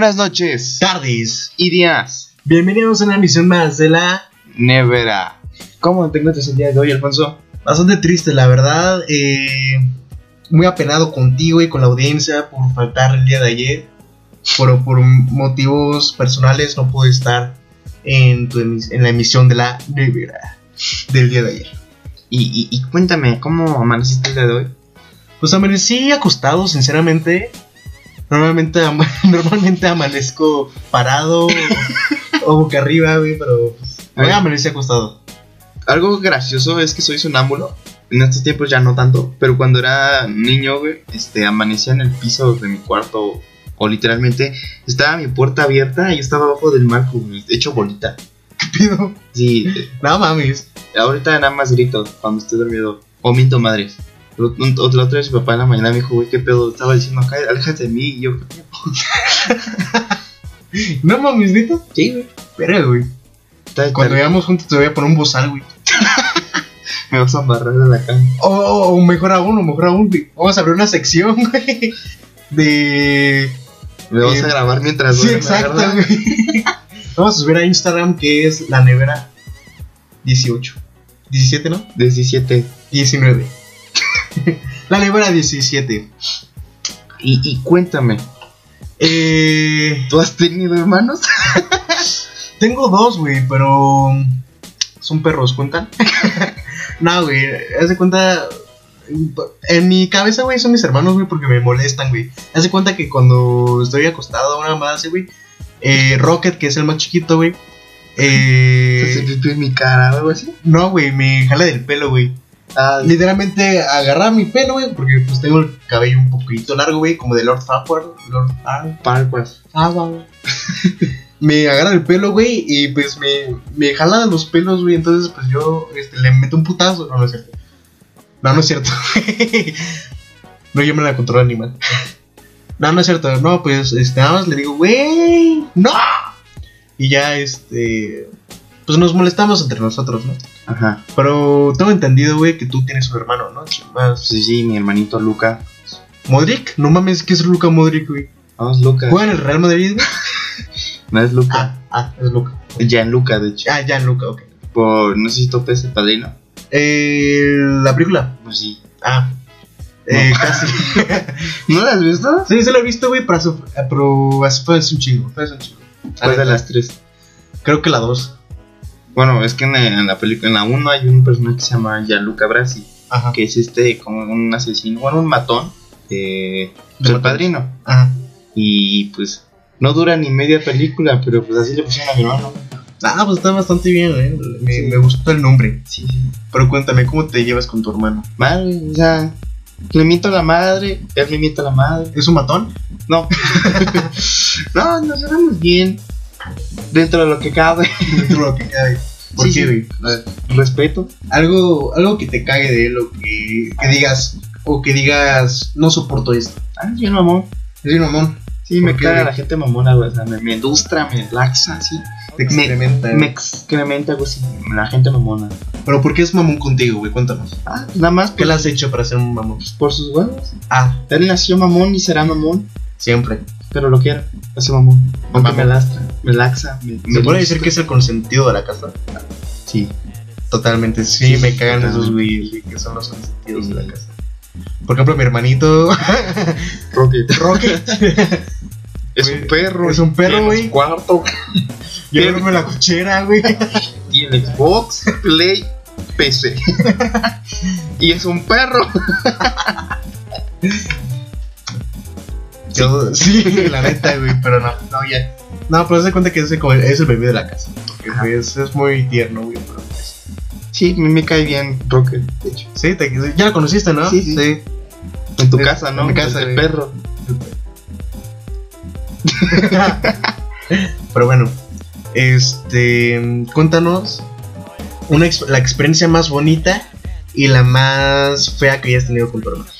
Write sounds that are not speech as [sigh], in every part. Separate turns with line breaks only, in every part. Buenas noches
Tardis.
y días,
Bienvenidos a una emisión más de la.
Nevera. ¿Cómo te encuentras el día de hoy, Alfonso?
Bastante triste, la verdad. eh, muy apenado contigo y con la audiencia por faltar el día de ayer. Por, por motivos personales no pude estar en, tu emis- en la emisión de la nevera del día de ayer.
Y, y- y cuéntame, ¿cómo amaneciste el día de hoy?
Pues amanecí acostado, sinceramente. Normalmente, am- [laughs] normalmente amanezco parado o boca arriba, güey, pero pues, hoy
Ay.
amanecí acostado.
Algo gracioso es que soy sonámbulo. En estos tiempos ya no tanto, pero cuando era niño, güey, este, amanecía en el piso de mi cuarto o, literalmente estaba mi puerta abierta y yo estaba abajo del marco, güey, hecho bolita.
Pido,
Sí, eh,
No mames.
ahorita nada más grito cuando estoy dormido o miento madres. Lo- un- La otra vez mi papá en la mañana me dijo, güey, qué pedo, estaba diciendo acá, aléjate de mí. Y yo,
No mames, neta.
sí, güey,
Pero, güey.
está de
Cuando
terror,
vivamos juntos te voy a poner un bozal, güey.
me vas a amarrar a la cama.
O o- o mejor aún, o mejor aún, güey. Vamos a abrir una sección, [laughs] güey. De.
Me vas
Eh,
a grabar mientras
Sí,
duerme,
exacto,
¿verdad?
güey. [laughs] Vamos a subir a Instagram que es la nevera 18. 17, ¿no?
17.
19. [laughs] la nevera 17.
Y, y cuéntame,
Eh,
¿tú has tenido hermanos?
tengo dos, güey, pero. Son perros, ¿cuentan? [laughs] no, güey, haz de cuenta. En mi cabeza, güey, son mis hermanos, güey, porque me molestan, güey. Haz de cuenta que cuando estoy acostado una más así, güey. eh, Rocket, que es el más chiquito, güey.
Se
Eh,
pipí en mi cara o algo así.
no, güey, me jala del pelo, güey.
Ah,
Literalmente agarra mi pelo, güey, porque pues tengo el cabello un poquito largo, güey, como de Lord Farquhar. Lord Farquhar.
Parkwas.
[laughs] me agarra el pelo, güey, y pues me, me jala los pelos, güey. Entonces, pues yo este, le meto un putazo. No, no es cierto. No, no es cierto. [laughs] no, yo me la controlo animal. no, no es cierto. No, pues este, nada más le digo, güey, no. Y ya, este. Pues nos molestamos entre nosotros, ¿no?
Ajá.
Pero tengo entendido, güey, que tú tienes un hermano, ¿no? Más.
Sí, sí, mi hermanito Luca.
¿Modric? No mames, ¿qué es Luca Modric, güey?
No, Ah, es Luca.
¿Juega en el Real Madrid, güey?
No es Luca.
Ah, ah, es Luca.
Gianluca, de hecho.
Ah, ya, Luca, ok.
Por, no sé si tope ese padrino.
Eh, la película.
Pues sí.
Ah. Eh,
No.
[laughs] casi.
¿No la has visto?
sí, se la he visto, güey, pero hace- pero hace- fue hace un chingo. Fue hace un chingo.
¿Cuál de las tres?
Creo que la dos.
Bueno, es que en, en la película, en la 1 hay un personaje que se llama Gianluca Brasi,
Ajá.
que es este, como un asesino, bueno, un matón de, del
matones.
padrino.
Ajá.
Y pues, no dura ni media película, pero pues así le pusieron a mi hermano.
Ah, pues está bastante bien, eh. Me,
Sí.
me gustó el nombre.
Sí, sí.
Pero cuéntame, ¿cómo te llevas con tu hermano?
Madre, o sea, le miento a la madre, él le miento a la madre. [laughs]
¿Es un [laughs] matón?
No. no, nos llevamos bien. Dentro de lo que cabe. [laughs]
Dentro de lo que cabe. ¿Por
Sí,
qué,
sí.
güey?
Respeto.
Algo, algo que te cague de él o que, que digas, o que digas, no soporto esto.
Ah, es bien mamón.
Es un mamón.
Sí, me
¿Por qué?
caga la gente mamona, güey. O sea, me, me industra, me laxa, sí. Me-
Te experimenta.
Me excrementa, güey, sí. La gente mamona.
Pero ¿por qué es mamón contigo, güey? Cuéntanos.
Ah, pues nada más
¿Qué
por,
le has hecho para ser un mamón?
por sus huevos.
Ah,
Él nació mamón y será mamón.
siempre.
Pero lo quiero. Ese mamón. Aunque
Mamón.
me lastra, me laxa. Me,
¿Se
me
puede
ilustra.
decir que es el consentido de la casa?
Sí.
Totalmente,
Sí,
sí, me cagan
totalmente.
esos güeyes güey, que son los consentidos de la casa. Por ejemplo, mi [laughs] hermanito
Rocket.
Rocket,
Es
Güey,
un perro.
es un perro,
Tiene
güey.
un Cuarto.
yo duermo en la cochera, güey.
Y el Xbox, Play, [laughs] PC. y es un perro.
Yo- Sí. [laughs] la neta, güey, pero no, no, ya. No, pero se cuenta que es el, como- es el bebé de la casa. Porque
Ajá.
güey, es, es muy tierno, güey. pero, pues,
Sí, me, me cae bien Rocket, de hecho.
Sí, te- ya lo conociste, ¿no?
Sí, sí. En tu casa, ¿no?
En mi casa,
El
güey.
perro.
[laughs] Pero bueno, este, cuéntanos una ex- la experiencia más bonita y la más fea que hayas tenido con tu hermano.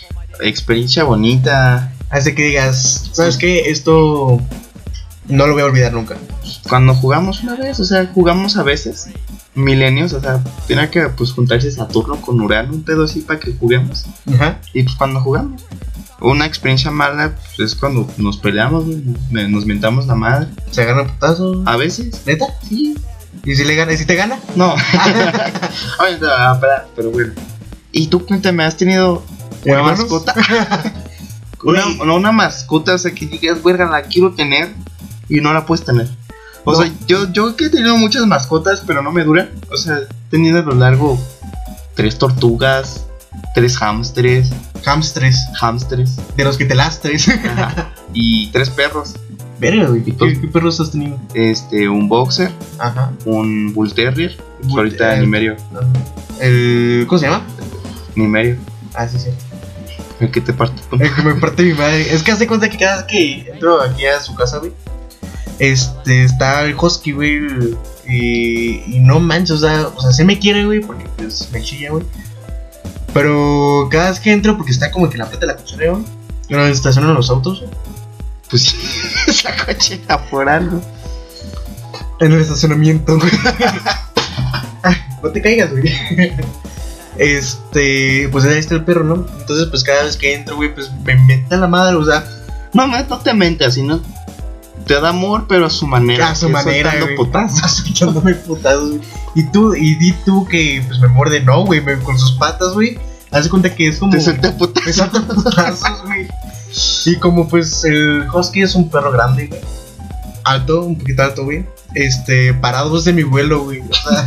Experiencia bonita.
Así que digas, ¿sabes qué? Esto no lo voy a olvidar nunca.
Cuando jugamos una vez, o sea, jugamos a veces. Milenios, o sea, tenía que pues juntarse Saturno con Urano, un pedo así para que juguemos.
Ajá.
Y pues cuando jugamos, Una experiencia mala pues, es cuando nos peleamos, güey, me- nos mentamos la madre.
Se agarra putazo.
A veces,
¿Neta?
sí.
¿Y si le gana? ¿Y si Ah. te gana? [laughs]
No. Ah, Oye, te va a parar, pero bueno. ¿Y tú cuéntame, has tenido una
¿Hermanos? [laughs]
mascota? Una,
Güey.
no, una mascota, o sea, que digas, verga, la quiero tener y no la puedes tener. O
No.
sea, yo, yo que he tenido muchas mascotas, pero no me duran. O sea, he tenido a lo largo tres tortugas, tres hamsters,
Hamstres.
hamsters
De los que te lastres.
ajá, y tres perros.
[laughs] Verga, güey. ¿Qué,
Entonces-
qué perros has tenido?
Este, un boxer,
Pues, Ajá.
un bull terrier,
Bull
ahorita
terrier.
Nimerio,
El, ¿Cómo se llama?
Nimerio,
Ah, sí, sí.
el que te parte tu-
El que me parte mi madre. Es que hace cuenta que cada vez que entro aquí a su casa, güey. Este, está el Husky, güey. el- Y, y no manches, o sea, o sea, se me quiere, güey, porque pues me chilla, güey. Pero cada vez que entro, porque está como que en la plata de la cuchara, güey. Pero estacionan los autos, güey.
Pues [laughs] sí, esa cochera por algo.
En el estacionamiento, [laughs] güey. Ah, no te caigas, güey. Este, pues ahí está el perro, ¿no? Entonces, pues cada vez que entro, güey, pues me mete a la madre, o sea,
Mamá, no te mentas, sino te da amor, pero a su manera.
A su
que
manera,
soltando
güey. [laughs]
putazos.
putazos, echándome putazos, güey. Y tú, y di tú que pues me muerde, no, güey, me- con sus patas, güey. Haz de cuenta que es como.
Te suelta puta.
me [laughs] salta putazos, güey. Y como pues el Husky es un perro grande, güey. Alto, un poquito alto, güey. Este, parados de mi vuelo, güey. O sea,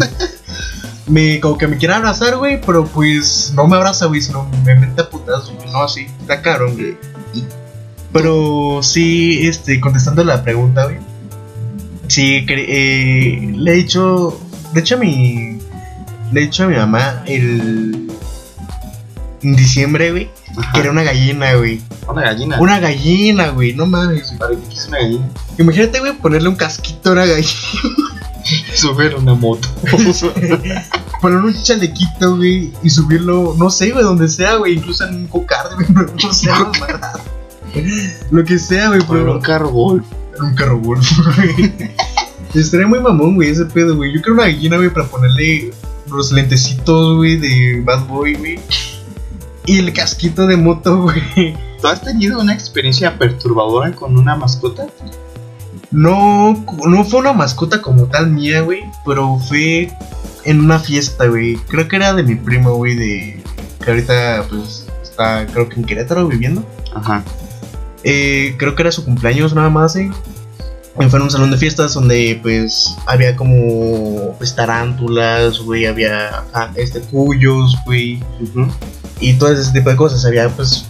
[laughs] me, como que me quiere abrazar, güey, pero pues no me abraza, güey, sino me mete a putazos, güey. No, sí, está cabrón, güey. Pero sí, este, contestando la pregunta, güey. Sí, cre- eh, le he dicho. De hecho, a mi. Le he dicho a mi mamá el. En diciembre, güey. Que era
Quiero
una gallina, güey.
una gallina.
Una gallina, güey. No mames, güey.
¿Para qué quieres una gallina?
Imagínate, güey, ponerle un casquito a una gallina. [laughs]
Subir una moto. [laughs]
Ponerle un chalequito, güey. Y subirlo, no sé, güey, donde sea, güey. Incluso en un cocard, güey. [laughs] pero No sé, güey. [laughs] Lo que sea, güey.
Por
pero-
un carro golf.
Era un carro Wolf, [laughs] güey. Estaría muy mamón, güey, ese pedo, güey. Yo quiero una gallina, güey, para ponerle los lentecitos, güey, de Bad Boy, güey. Y el casquito de moto, [laughs] güey.
¿Tú has tenido una experiencia perturbadora con una mascota?
No, no fue una mascota como tal mía, güey, pero fue en una fiesta, güey. Creo que era de mi primo, güey, de... Que ahorita, pues, está, creo que en Querétaro viviendo.
Ajá.
Eh, creo que era su cumpleaños nada más, eh. Y Fue en un salón de fiestas donde pues había como pues, tarántulas, güey, había ajá, este cuyos, güey, y todo ese tipo de cosas, había pues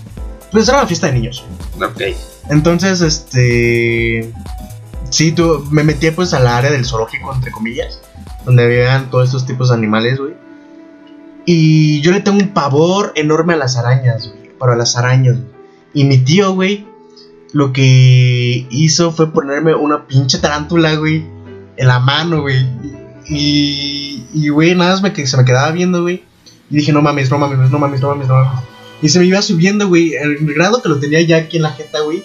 pues era una fiesta de niños.
Ok.
Entonces, este sí, tú, me metí pues al área del zoológico entre comillas, donde habían todos estos tipos de animales, güey. Y yo le tengo un pavor enorme a las arañas, güey. Para las arañas, güey. Y mi tío, güey, lo que hizo fue ponerme una pinche tarántula, güey, en la mano, güey. Y, y, güey, nada más me, que- se me quedaba viendo, güey. Y dije, no mames, no mames, no mames, no mames, no mames. Y se me iba subiendo, güey, el grado que lo tenía ya aquí en la jeta, güey.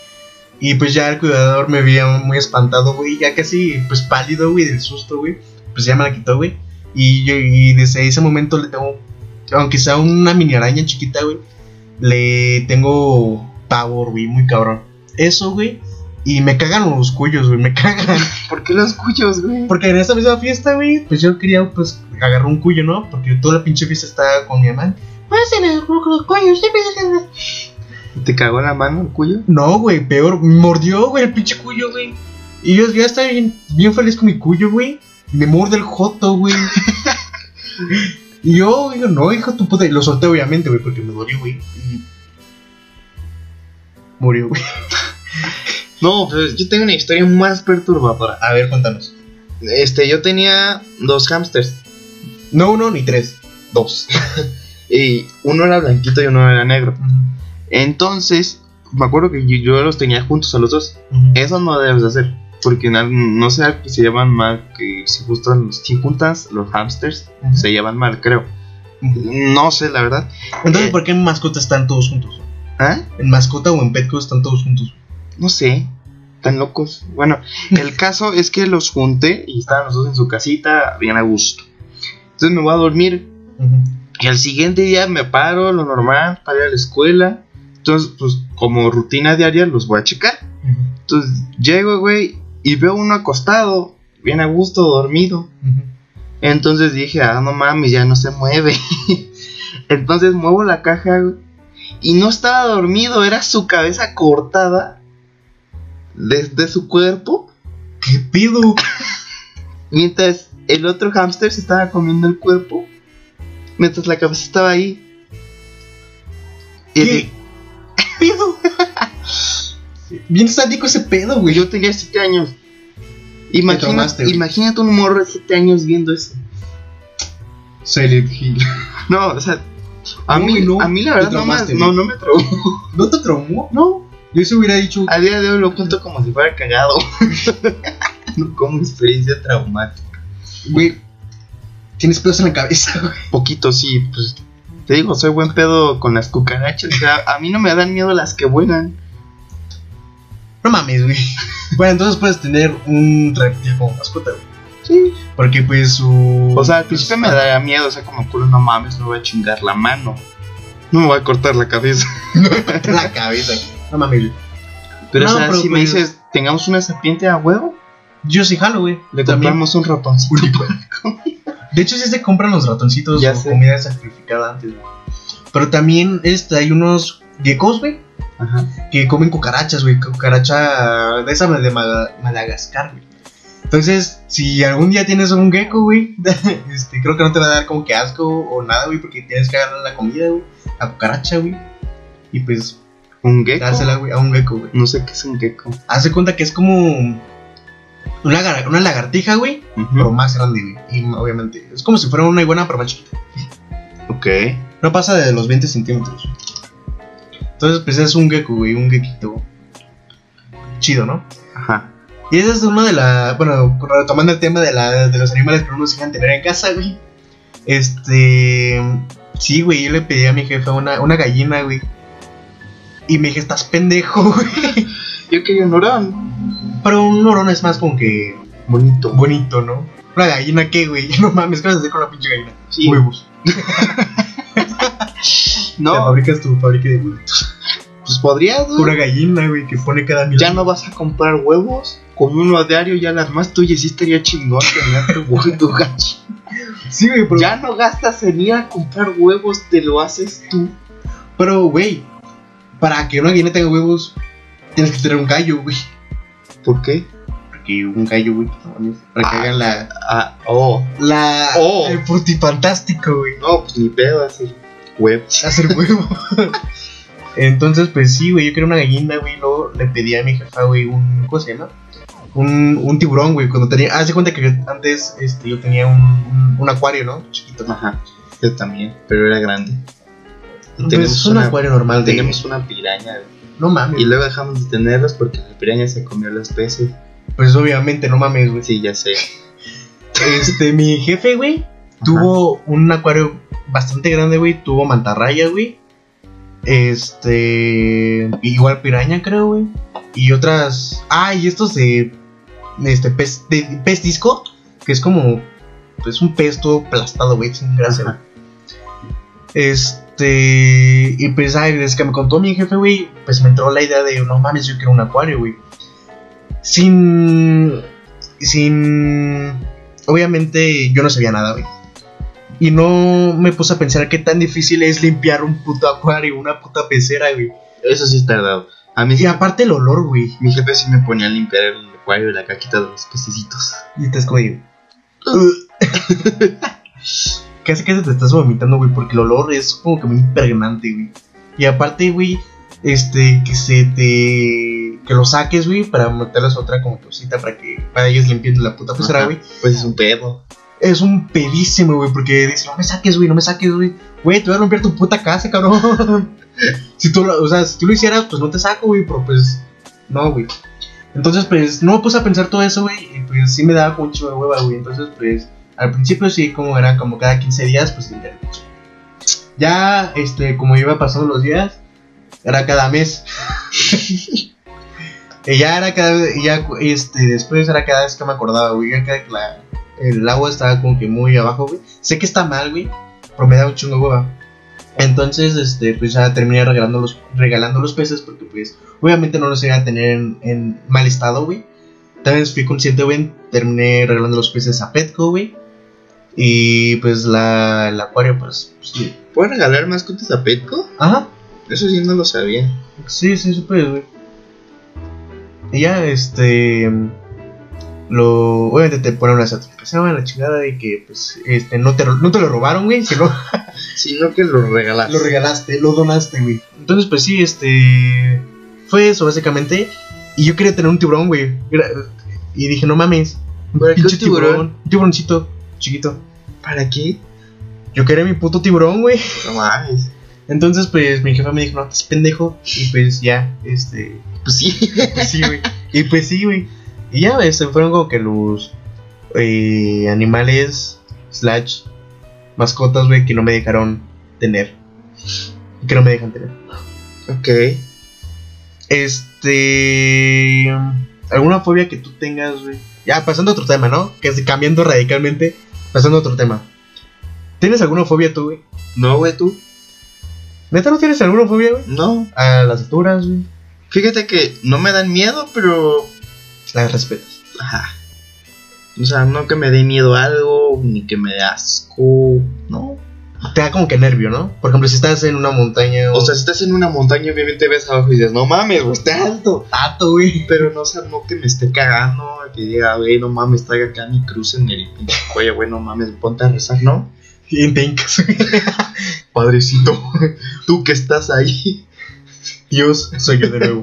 Y pues ya el cuidador me veía muy espantado, güey, ya casi, pues pálido, güey, del susto, güey. Pues ya me la quitó, güey. Y, yo, y desde ese momento le tengo, aunque sea una mini araña chiquita, güey, le tengo pavor, güey, muy cabrón. Eso, güey. Y me cagan los cuyos, güey, me cagan. [laughs]
¿Por qué los cuyos, güey?
Porque en esa misma fiesta, güey, pues yo quería, pues, agarrar un cuyo, ¿no? Porque toda la pinche fiesta estaba con mi mamá. Pásen Pues, el los cuyos, sí, pues, pásenle.
¿Te cagó en la mano el cuyo?
No, güey, peor. Me mordió, güey, el pinche cuyo, güey. Y yo ya estaba bien, bien feliz con mi cuyo, güey. Me morde el joto, [laughs] güey. y yo digo, no, hijo, tu puta. Y lo solté, obviamente, güey, porque me dolió, güey. Y- Murió, güey.
No, pues yo tengo una historia más perturbadora.
A ver, cuéntanos.
Este, yo tenía dos hamsters.
No uno ni tres. Dos.
Y uno era blanquito y uno era negro. Entonces, me acuerdo que yo, yo los tenía juntos a los dos. Eso no debes de hacer. Porque no, no sé que se llevan mal. Que si, juntan, si juntas los hamsters, se llevan mal, creo. No sé, la verdad.
Entonces, ¿por qué en mascota están todos juntos?
¿Ah?
En mascota o en petco están todos juntos.
No sé. Tan locos. Bueno, el caso es que los junté y estaban los dos en su casita, bien a gusto. Entonces me voy a dormir. Y al siguiente día me paro, lo normal, para ir a la escuela. Entonces, pues como rutina diaria los voy a checar.
Ujú,
Entonces llego, güey, y veo uno acostado, bien a gusto, dormido.
ujú.
Entonces dije, ah, no mames, ya no se mueve. [laughs] Entonces muevo la caja güey, y no estaba dormido, era su cabeza cortada desde su cuerpo,
¿Qué pido?
mientras el otro hámster se estaba comiendo el cuerpo, mientras la cabeza estaba ahí. Y
¿Qué pido? [laughs] Bien sádico ese pedo,
Güey,
güey.
yo tenía 7 años. Imagina-
traumaste, güey.
imagínate un morro de 7 años viendo eso.
Silent Hill.
No, o sea, a,
No,
mí,
güey, no.
a mí la
Te
verdad no,
traumaste,
más- no,
güey.
no me [laughs] traumó.
¿No te traumó?
No, Ah.
Yo se hubiera dicho.
a día de hoy lo cuento como si fuera cagado. No, como experiencia traumática.
Güey, tienes pedos en la cabeza, güey.
Poquito sí, pues te digo, soy buen pedo con las cucarachas. o sea, a mí no me dan miedo las que vuelan.
No mames, güey. Bueno, entonces puedes tener un reptil como mascota, güey.
Sí.
Porque pues su.
O sea, al principio me daría miedo, o sea, como culo, no mames, no voy a chingar la mano. No me voy a cortar la cabeza. [laughs]
La cabeza. No mames, güey.
Pero,
No,
o sea,
pero,
si me
pues-
dices, tengamos una serpiente a huevo,
Yo sí jalo, güey.
le
También.
compramos un ratoncito.
Una- De hecho, sí se compran los ratoncitos
Ya
o
sé.
comida sacrificada antes, güey. Pero también este, hay unos geckos, güey,
Ajá.
que comen cucarachas, güey. Cucaracha de esa de Mada- Madagascar, güey. Entonces, si algún día tienes un gecko, güey, [laughs] este, creo que no te va a dar como que asco o nada, güey, porque tienes que agarrar la comida, güey, la cucaracha, güey, y pues
Un gecko.
dársela, güey, a un gecko, güey.
No sé qué es un gecko.
Haz de cuenta que es como una, gar- una lagartija, güey, pero
Ujú.
más grande, güey, y obviamente es como si fuera una iguana, pero más chiquita.
Ok.
No pasa de los 20 centímetros. Entonces, pues es un gecko, güey, un gequito. Chido, ¿no?
Ajá.
Y esa es una de las. Bueno, retomando el tema de, la, de los animales que no nos dejan tener en casa, güey. Este. Sí, güey, yo le pedí a mi jefa una, una gallina, güey. Y me dije, estás pendejo, [laughs] güey.
Yo quería un orón.
Pero un norón es más como que.
Bonito.
bonito, ¿no? Una gallina, ¿qué, güey? [laughs] No mames, ¿qué vas a hacer con la pinche gallina?
Sí.
Huevos. Te
No,
fabricas tu fábrica de huevos.
pues podrías, güey.
Pura gallina, güey, que pone cada mil.
Ya no vas a comprar huevos. Con uno a diario ya las más tuyas sí estaría chingón tener
[laughs]
tu hue- tu gachi.
Sí, güey, pero.
Ya no gastas en ir a comprar huevos, te lo haces tú.
Pero, güey, para que una gallina tenga huevos, tienes que tener un gallo, güey.
¿Por qué?
Porque un gallo, güey, no mames, para que
Ah.
hagan la.
Ah, oh.
La.
Oh.
El frutifantástico, güey.
No, pues ni pedo así. Huevos.
Hacer huevo. [laughs] Entonces, pues sí, güey, yo quería una gallina, güey. Luego le pedí a mi jefa, güey, un. ¿Cómo se llama? Un, un tiburón, güey. Cuando tenía. Haz de cuenta que yo antes este, yo tenía un, un, un acuario, ¿no? Chiquito.
Ajá. Yo también, pero era grande. Y
Pues es un acuario normal de.
Tenemos una piraña.
No mames.
Y luego dejamos de tenerlos porque la piraña se comió los peces.
Pues obviamente, no mames, güey.
Sí, ya sé.
Este, mi jefe, güey, tuvo un acuario bastante grande, güey. Tuvo mantarraya, güey. Este. Igual piraña, creo, güey. Y otras. Ah, y estos de. Este, pez, de, pez disco. Que es como. Pues un pez todo aplastado, güey, sin gracia, güey.
Ajá.
Este. Y pues, ay, desde que me contó mi jefe, güey, pues me entró la idea de, no mames, yo quiero un acuario, güey. Sin. Sin. Obviamente, yo no sabía nada, güey. Y no me puse a pensar qué tan difícil es limpiar un puto acuario, una puta pecera, güey.
Eso sí es tardado. A mí
Y aparte el olor, güey.
Mi jefe sí me ponía a limpiar el acuario y la caquita de los pececitos.
Y te escondí. [laughs] casi casi te estás vomitando, güey, porque el olor es como que muy impregnante, güey. Y aparte, güey, este, que se te. que lo saques, güey, para meterles otra como cosita para que vayas limpiando la puta pecera,
Ajá.
güey.
Pues es un pedo.
Es un pedísimo, güey, porque dices, no me saques, güey, no me saques, güey. Güey, te voy a romper tu puta casa, cabrón. [laughs] si tú lo, o sea, si tú lo hicieras, pues no te saco, güey, pero pues. No, güey. Entonces, pues, no me puse a pensar todo eso, güey, y pues sí me daba como un chingo de hueva, güey. Entonces, pues, al principio sí, como era como cada 15 días, pues limpiar. Ya, este, como iba pasando los días, era cada mes. [laughs] y ya era cada vez, y ya, este, después era cada vez que me acordaba, güey, ya cada que la el agua estaba como que muy abajo, güey. Sé que está mal, güey, pero me da un chingo de hueva. Entonces, este, pues ya terminé regalando los, regalando los peces porque, pues, obviamente no los iba a tener en, en mal estado, güey. También fui consciente, güey, terminé regalando los peces a Petco, güey. Y pues la, el acuario, pues, pues, sí.
¿Pueden regalar mascotas a Petco?
Ajá,
Eso sí no lo sabía.
sí, sí, se puede, güey. Y ya, este, lo, obviamente te ponen una satisfacción, la chingada de que, pues, este, no te, ro- no te lo robaron,
[laughs]
güey, sino
Sino que lo regalas.
Lo regalaste, lo donaste, güey. Entonces, pues sí, este. Fue eso, básicamente. Y yo quería tener un tiburón, güey. Era- Y dije, no mames. un
¿Para qué
pinche
un tiburón?
Un tiburoncito, chiquito.
¿Para qué?
Yo quería mi puto tiburón, güey.
No mames.
Entonces, pues mi jefa me dijo, no, estás pendejo. Y pues ya, este.
Pues sí. [laughs]
Pues sí, güey. y pues sí, güey. Y ya, este, fueron como que los eh, animales, slash, mascotas, güey, que no me dejaron tener. Que no me dejan tener.
ok.
Este. ¿Alguna fobia que tú tengas, güey? Ya, pasando a otro tema, ¿no? Que es cambiando radicalmente. Pasando a otro tema. ¿Tienes alguna fobia tú, güey?
No, güey, tú.
¿Neta no tienes alguna fobia, güey?
No.
A las alturas, güey.
Fíjate que no me dan miedo, pero.
Las respetas.
Ajá. O sea, no que me dé miedo algo, ni que me dé asco. No.
Te da como que nervio, ¿no? Por ejemplo, si estás en una montaña.
O sea, si estás en una montaña, obviamente ves abajo y dices, no mames, güey, está alto.
tato, güey.
Pero no, o sea, no que me esté cagando, que diga, güey, no mames, traiga acá mi cruz en el pinche cuello, güey, no mames, ponte a rezar, ¿no?
Y te hincas, güey.
Padrecito, [laughs] tú que estás ahí.
Dios, soy [laughs] yo de nuevo.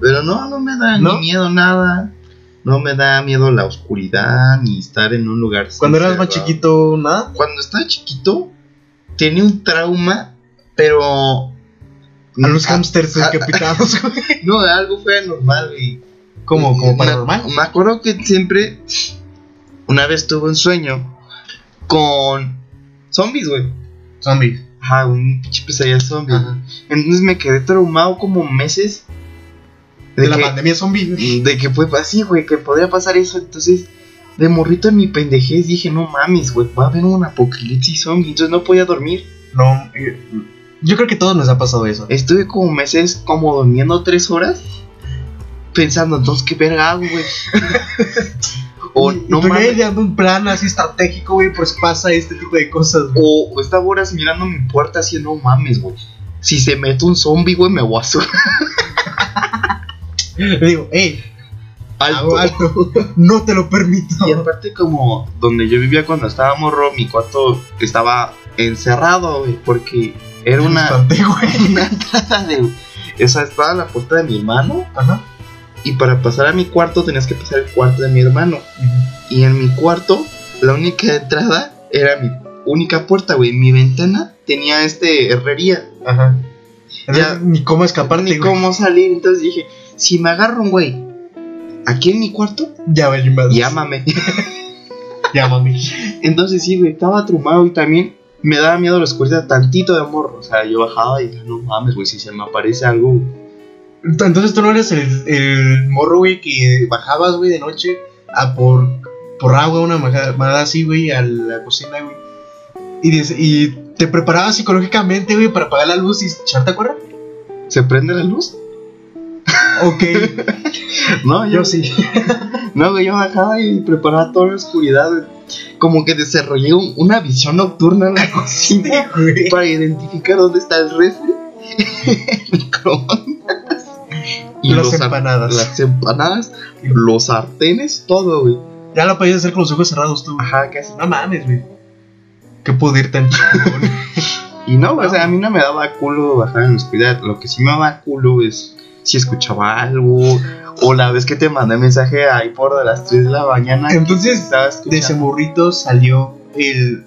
Pero no, no me da
¿No?
ni miedo nada. No me da miedo la oscuridad, ni estar en un lugar. sin
Cuando eras más
cerrado.
chiquito, nada.
Cuando estaba chiquito, tenía un trauma, pero.
A los
Ah,
hamsters
ah,
decapitados, [laughs] güey.
No, algo fue anormal, güey.
Como, como
Me-
paranormal.
Me acuerdo que siempre, una vez tuve un sueño con zombies, güey.
Zombies.
Ajá, un pinche pesadilla zombie.
Ajá.
Entonces me quedé traumado como meses de,
De la
que,
pandemia zombie, güey.
de que fue así, güey, que podría pasar eso. Entonces, de morrito en mi pendejez dije, no mames, güey, va a haber un apocalipsis zombie. Entonces no podía dormir.
No, eh, yo creo que a todos nos ha pasado eso.
Estuve como meses como durmiendo tres horas. Pensando, entonces, ¿qué verga hago,
[laughs]
güey? o
Y- y
Eh, oh, no
tú ya
mames.
ideando un plan así estratégico, güey, pues pasa este tipo de cosas,
[laughs]
güey.
O, o estaba horas mirando mi puerta así, no mames, güey. Si se mete un zombie, güey, me voy a [laughs] asustar.
Le digo, hey,
Alto.
no te lo permito.
[laughs] Y
[laughs]
aparte como donde yo vivía cuando estaba morro, mi cuarto estaba encerrado, güey, porque era una,
Bastante,
[laughs]
güey.
una entrada de... Esa estaba la puerta de mi hermano
Ajá.
y para pasar a mi cuarto tenías que pasar el cuarto de mi hermano. Y en mi cuarto la única entrada era mi única puerta, güey. Mi ventana tenía este herrería.
Ajá.
Ya.
Ni cómo escapar,
Ni
ni cómo.
cómo salir, entonces dije, si me agarro un güey aquí en mi cuarto,
Ya vale, madre.
llámame. [laughs]
Llámame.
Entonces sí, güey, estaba trumado y también me daba miedo la oscuridad tantito de morro. O sea, yo bajaba y decía, no mames, güey, si se me aparece algo. güey".
Entonces tú no eres el, el morro, güey, que bajabas, güey, de noche a por, por agua, una mamada así, güey, a la cocina, güey. Y, des- y te preparabas psicológicamente, güey, para apagar la luz y echarte a correr.
¿Se prende la luz? [laughs]
Ok. [laughs]
No,
Yo [laughs] sí.
No, güey, yo bajaba y preparaba toda la oscuridad. güey. Como que desarrollé un- una visión nocturna en la [laughs] cocina
güey.
[laughs] para identificar dónde está el refri, el microondas
Y las
los ar-
empanadas.
Las empanadas, los sartenes, todo, güey.
Ya lo podías hacer con los ojos cerrados tú. güey.
Ajá, casi.
No mames, güey. Qué poder tan chingón. [laughs]
Y no, o sea, a mí no me daba culo bajar en la oscuridad. Lo que sí me daba culo es si escuchaba algo o la vez que te mandé mensaje ahí por de las 3 de la mañana. que
Entonces,
estaba
de ese
escuchando.
morrito salió el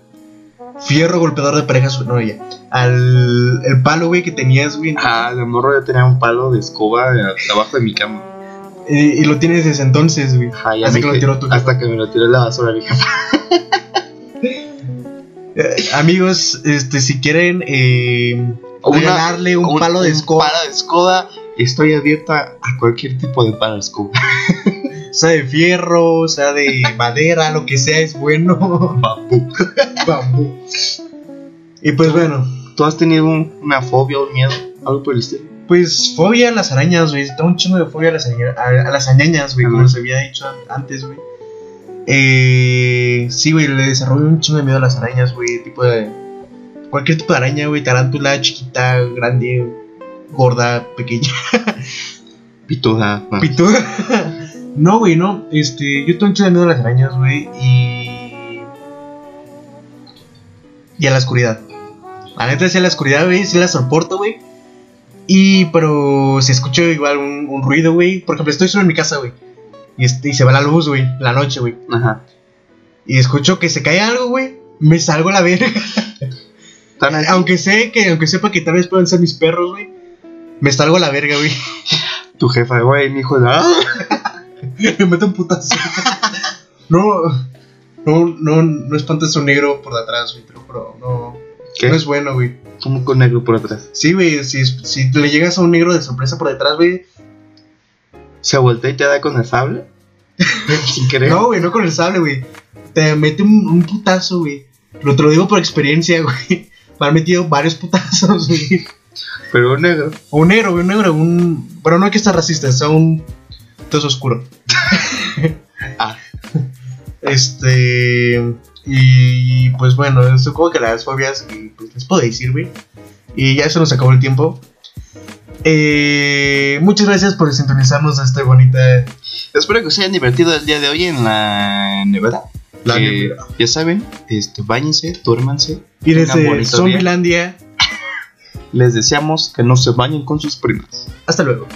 fierro golpeador de parejas. No, ya. Al el palo, güey, que tenías, güey.
Ajá, de morro yo tenía un palo de escoba eh, abajo de mi cama.
Y, y lo tienes desde entonces, güey.
Ajá, ya
Hasta
me
que lo
dije-
tiró tu
Hasta que me lo tiró en la basura, dije.
Eh, amigos, este, si quieren eh,
Una-
regalarle un, palo de escoba,
Un palo de escoba. Estoy abierta a cualquier tipo de palo de escoba.
sea de fierro, sea de madera, [laughs] lo que sea, es bueno.
Bambú.
Bambú. Y pues bueno,
¿Tú has tenido un- una fobia, un miedo? Algo por el estilo.
Pues fobia a las arañas, güey. Tengo un chingo de fobia a las, araña- a, a las arañas, güey, como
Ajá.
les había dicho an- antes, güey. Eh, sí, güey, le desarrollo un chingo de miedo a las arañas, güey. Tipo de. Cualquier tipo de araña, güey. Tarántula, chiquita, grande, gorda, pequeña.
Pituda. bueno.
Pituda. [laughs] no, güey, no. Este, yo tengo un chingo de miedo a las arañas, güey. Y. Y a la oscuridad. La neta, sí a la oscuridad, güey. Sí la soporto, güey. Y, pero si escucho igual un, un ruido, güey. Por ejemplo, estoy solo en mi casa, güey. Y, este, y se va la luz, güey. La noche, güey.
Ajá.
Y escucho que se cae algo, güey. Me salgo a la verga.
Tan así-
Aunque sé que, aunque sepa que tal vez pueden ser mis perros, güey. Me salgo a la verga, güey.
Tu jefa, güey, mi hijo. ¡ah!
[laughs] Me meto un putazo. no, no, no, no espantes a un negro por detrás, güey, te lo juro. No,
¿Qué?
no es bueno, güey.
Como con negro por atrás.
Sí, güey, si, si le llegas a un negro de sorpresa por detrás, güey.
Se voltea y te da con el sable. [laughs] Sin querer.
No, güey, no con el sable, güey. Te mete un, un putazo, güey. Lo te lo digo por experiencia, [laughs] güey. Me han metido varios putazos, güey.
Pero un negro.
O un negro, güey, un negro, un. Pero no hay que estar racista, sea un. Toso oscuro.
[laughs] Ah.
Este. Y pues bueno, eso como que las fobias que pues, les puedo decir, güey. Y ya eso nos acabó el tiempo. Eh, muchas gracias por sintonizarnos a esta bonita.
Espero que se hayan divertido el día de hoy en la nevada.
La
Que,
nevada.
Ya saben, este, bañense, duérmanse.
Y
Tengan
desde
bonito
Zombielandia,
Les deseamos que no se bañen con sus primas.
hasta luego.